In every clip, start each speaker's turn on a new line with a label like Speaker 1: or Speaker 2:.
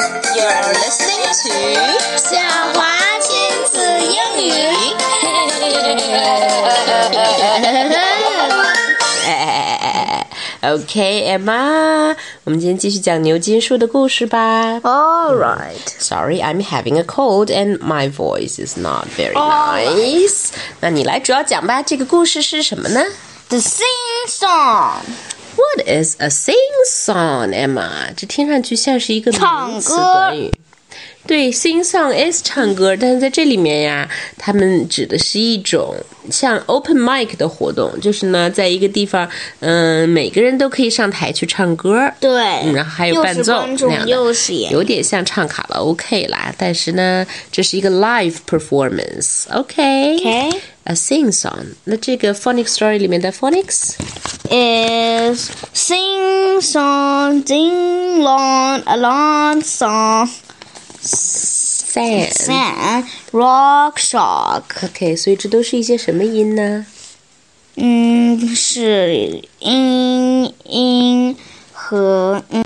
Speaker 1: You're listening to 小华亲子英 语。
Speaker 2: OK, Emma，我们今天继续讲牛津树的故事吧。Hmm
Speaker 1: All right.
Speaker 2: Sorry, I'm having a cold and my voice is not very
Speaker 1: Oh
Speaker 2: nice. 那你来主要讲吧，这个故事是什么呢
Speaker 1: The sing song，
Speaker 2: ？What is a sing song, Emma？这听上去像是一个
Speaker 1: 唱
Speaker 2: 名词
Speaker 1: 歌
Speaker 2: 短语。对，sing song is 唱歌，但是在这里面呀，他们指的是一种像 open mic 的活动，就是呢，在一个地方，嗯，每个人都可以上台去唱歌。
Speaker 1: 对，
Speaker 2: 嗯然后还有
Speaker 1: 又
Speaker 2: 伴
Speaker 1: 是
Speaker 2: 奏
Speaker 1: 观
Speaker 2: 那样
Speaker 1: 众
Speaker 2: 的，
Speaker 1: 又是演
Speaker 2: 有点像唱卡拉 OK 啦，但是呢，这是一个 live performance。OK，a、
Speaker 1: ，OK
Speaker 2: sing song。那这个 phonics story 里面的 phonics，
Speaker 1: is sing song ding long a long song
Speaker 2: 三
Speaker 1: sand rock shock，
Speaker 2: OK，所以这都是一些什么音呢？
Speaker 1: 嗯，是音音和嗯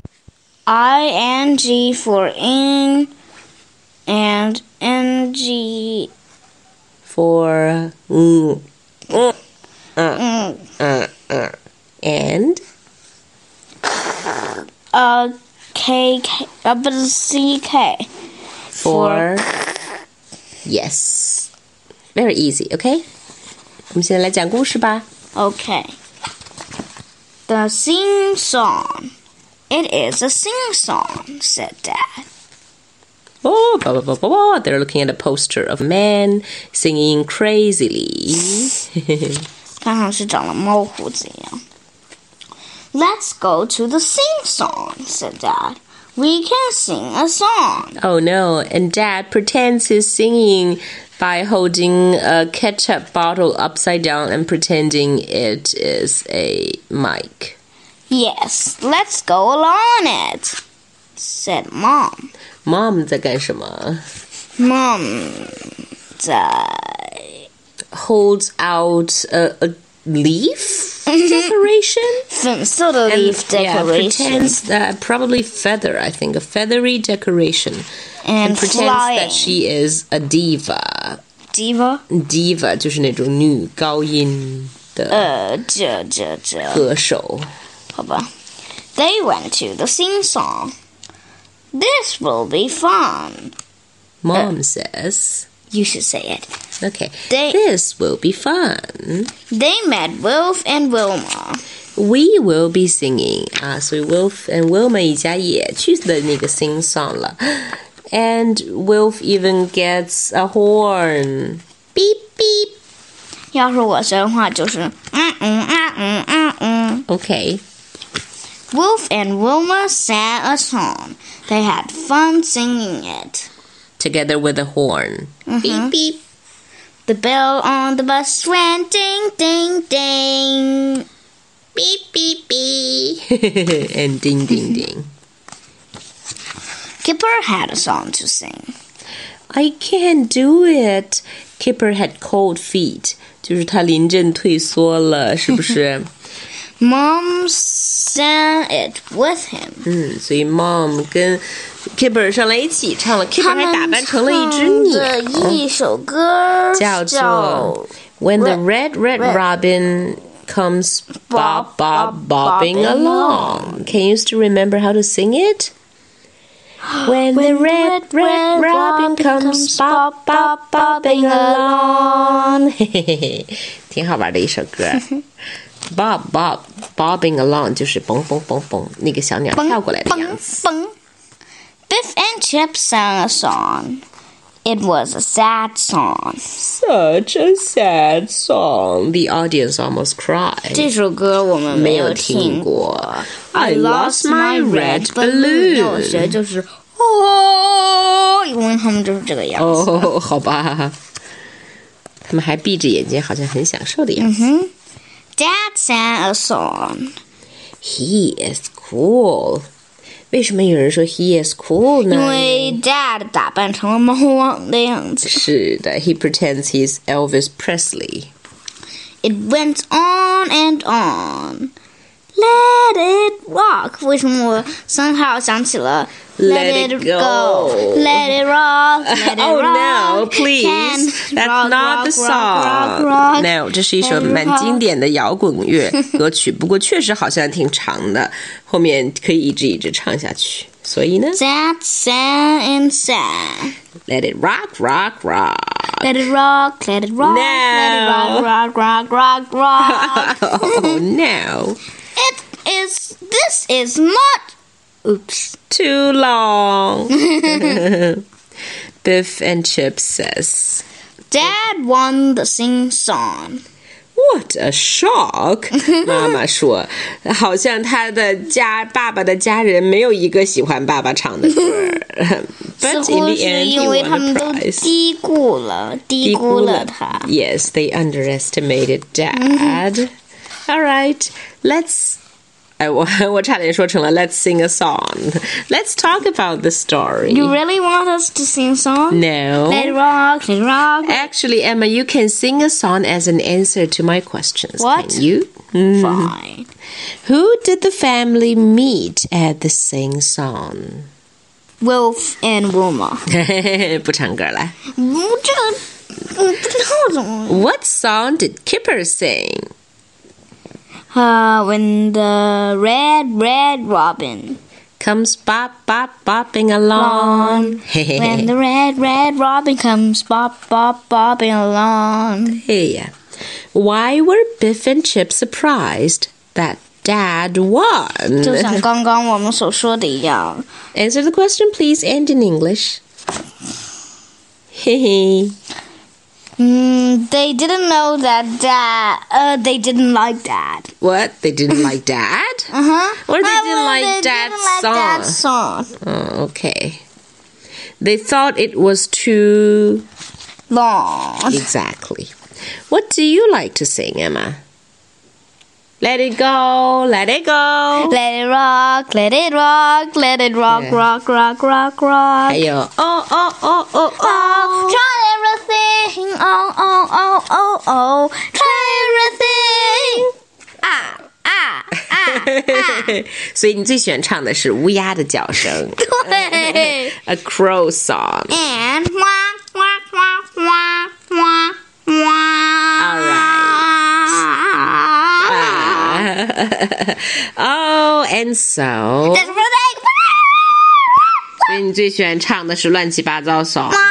Speaker 1: ，i n g for in and n g
Speaker 2: for 嗯嗯
Speaker 1: 嗯
Speaker 2: 嗯嗯，and
Speaker 1: a k k 啊不是 c k
Speaker 2: for yes very easy OK。我们现在来讲故事吧。
Speaker 1: Okay. The sing song. It is a sing song, said Dad.
Speaker 2: 哦，不不不不不，They're looking at a poster of a man singing crazily.
Speaker 1: 看上去长了猫胡子一样。Let's go to the sing song, said Dad. We can sing a song.
Speaker 2: oh no! And Dad pretends he's singing by holding a ketchup bottle upside down and pretending it is a mic.
Speaker 1: Yes, let's go along it, said Mom.
Speaker 2: Mom 在干什么？
Speaker 1: Mom 在
Speaker 2: holds out a, a leaf decoration
Speaker 1: 粉色的
Speaker 2: And,
Speaker 1: Mm-hmm. leaf
Speaker 2: yeah,
Speaker 1: decoration
Speaker 2: pretends that probably feather i think a feathery decoration
Speaker 1: and,
Speaker 2: pretends
Speaker 1: flying
Speaker 2: that she is a diva
Speaker 1: diva.
Speaker 2: diva 就是那种女高音的歌手
Speaker 1: Uh, 呃，这这这。Uh. 好吧. They went to the sing song. This will be fun.
Speaker 2: mom says
Speaker 1: You should say it.
Speaker 2: okay
Speaker 1: They-
Speaker 2: this will be fun
Speaker 1: They met Wolf and Wilma.
Speaker 2: We will be singing Ah, 啊，所以 Wolf and Wilma 一家也去的那个 sing song 了。And Wolf even gets a horn. Beep beep.
Speaker 1: 要是我说的话就是嗯嗯嗯嗯嗯嗯。
Speaker 2: Okay.
Speaker 1: Wolf and Wilma sang a song. They had fun singing it.
Speaker 2: Together with a horn. Beep beep.
Speaker 1: The bell on the bus rang ding ding ding.
Speaker 2: Beep beep beep. and ding ding ding.
Speaker 1: Kipper had a song to sing.
Speaker 2: I can't do it. Kipper had cold feet. 就是他临阵退缩了，是不是？
Speaker 1: Mom sang it with him.
Speaker 2: 嗯，所以 mom 跟 Kipper 上来一起唱了，Kipper 还
Speaker 1: 他们
Speaker 2: 打扮成了一只鸟。
Speaker 1: 一首歌
Speaker 2: 叫做 When the red red
Speaker 1: Red-
Speaker 2: robin comes bob
Speaker 1: Bob-
Speaker 2: bob
Speaker 1: bob-
Speaker 2: bobbing
Speaker 1: bobbing
Speaker 2: along. Can you still remember how to sing it? When the red red robin comes bob bob bobbing along. 嘿嘿嘿嘿，挺好玩的一首 歌。Bob bob bobbing along 就是蹦蹦蹦蹦那个小鸟跳过来的样子。
Speaker 1: Bung. Biff and Chip sang a song. It was a sad song.
Speaker 2: Such a sad song. The audience almost cried.
Speaker 1: 这首歌我们没有
Speaker 2: 听
Speaker 1: 听过。
Speaker 2: 过。I lost my red
Speaker 1: 有
Speaker 2: balloon。
Speaker 1: 些就是哦，因为他们就是这个样子。
Speaker 2: 哦，Oh, 好吧。他们还闭着眼睛，好像很享受的样子。
Speaker 1: 嗯 Dad sang a song
Speaker 2: Mm-hmm. He is cool。为什么有人说 he is cool 呢？
Speaker 1: 因为 Dad 打扮成了猫王的样子。
Speaker 2: 是的，he pretends he's Elvis Presley。
Speaker 1: It went on and on. Let it rock. 为什么我 somehow 想起了
Speaker 2: Let it go.
Speaker 1: Let it rock. Let it
Speaker 2: oh
Speaker 1: rock.
Speaker 2: no! Please,
Speaker 1: Can
Speaker 2: that's
Speaker 1: rock,
Speaker 2: not the
Speaker 1: rock, rock,
Speaker 2: song.
Speaker 1: rock, rock.
Speaker 2: No，这是一首
Speaker 1: Let it
Speaker 2: 蛮经典的摇滚 乐歌曲，不过确实好像挺长的，后面可以一直一直唱下去。所 以呢
Speaker 1: Sad, sad, and sad.
Speaker 2: ，Let it rock, rock, rock.
Speaker 1: Let it rock. Let it rock. Let it
Speaker 2: No.
Speaker 1: rock, rock, rock, rock, rock.
Speaker 2: Oh no!
Speaker 1: it is. This is not. Oops.
Speaker 2: Too long. Biff and Chip says.
Speaker 1: Dad won the sing song.
Speaker 2: What a shock！妈妈说，好像他的家爸爸的家人没有一个喜欢爸爸唱的歌儿。But
Speaker 1: 似
Speaker 2: in
Speaker 1: 乎
Speaker 2: the
Speaker 1: 是
Speaker 2: end,
Speaker 1: 因
Speaker 2: he
Speaker 1: 为
Speaker 2: won
Speaker 1: 他们
Speaker 2: a
Speaker 1: 都
Speaker 2: prize.
Speaker 1: 低估了，低估了他。
Speaker 2: Yes, they underestimated Dad.
Speaker 1: Mm-hmm.
Speaker 2: All right, let's. 哎， 我我差点说成了 Let's sing a song. Let's talk about the story.
Speaker 1: You really want us to sing song?
Speaker 2: no.
Speaker 1: Let it rock, let it rock.
Speaker 2: Actually, Emma, you can sing a song as an answer to my questions.
Speaker 1: What?
Speaker 2: Can you?
Speaker 1: Mm. Fine.
Speaker 2: Who did the family meet at the sing song?
Speaker 1: Wolf and Wilma.
Speaker 2: 不唱歌了。What song did Kipper sing?
Speaker 1: Uh, when the red, red robin,
Speaker 2: Comes bop bop bopping along.
Speaker 1: when the red, red robin comes bop, bop, bopping along.
Speaker 2: Hey, yeah. Why were Biff and Chip surprised that Dad won?
Speaker 1: 就像刚刚我们所说的一样
Speaker 2: Answer the question, please, and in English. Hey,
Speaker 1: Mm, they didn't know that dad, uh, they didn't like dad.
Speaker 2: what? They didn't like Dad?
Speaker 1: Uh-huh.
Speaker 2: Or they
Speaker 1: Uh,
Speaker 2: didn't
Speaker 1: well,
Speaker 2: like
Speaker 1: they
Speaker 2: dad's
Speaker 1: didn't like dad's song.
Speaker 2: Oh, okay. They thought it was too.
Speaker 1: Long.
Speaker 2: Exactly. What do you like to sing, Emma? Let it go, let it go.
Speaker 1: Let it rock, let it rock, let it rock,
Speaker 2: Yeah.
Speaker 1: rock, rock, rock, rock.
Speaker 2: 还有哦哦哦哦哦，
Speaker 1: Oh, try everything. Oh, oh, oh, oh, oh. Try everything. Ah, ah, ah.
Speaker 2: 所以你最喜欢唱的是乌鸦的叫声
Speaker 1: 对
Speaker 2: ，A crow song.
Speaker 1: And wah, wah, wah, wah, wah, wah.
Speaker 2: All Ah. oh, and so，
Speaker 1: That's what I-
Speaker 2: 所以你最喜欢唱的是乱七八糟 song。
Speaker 1: wah,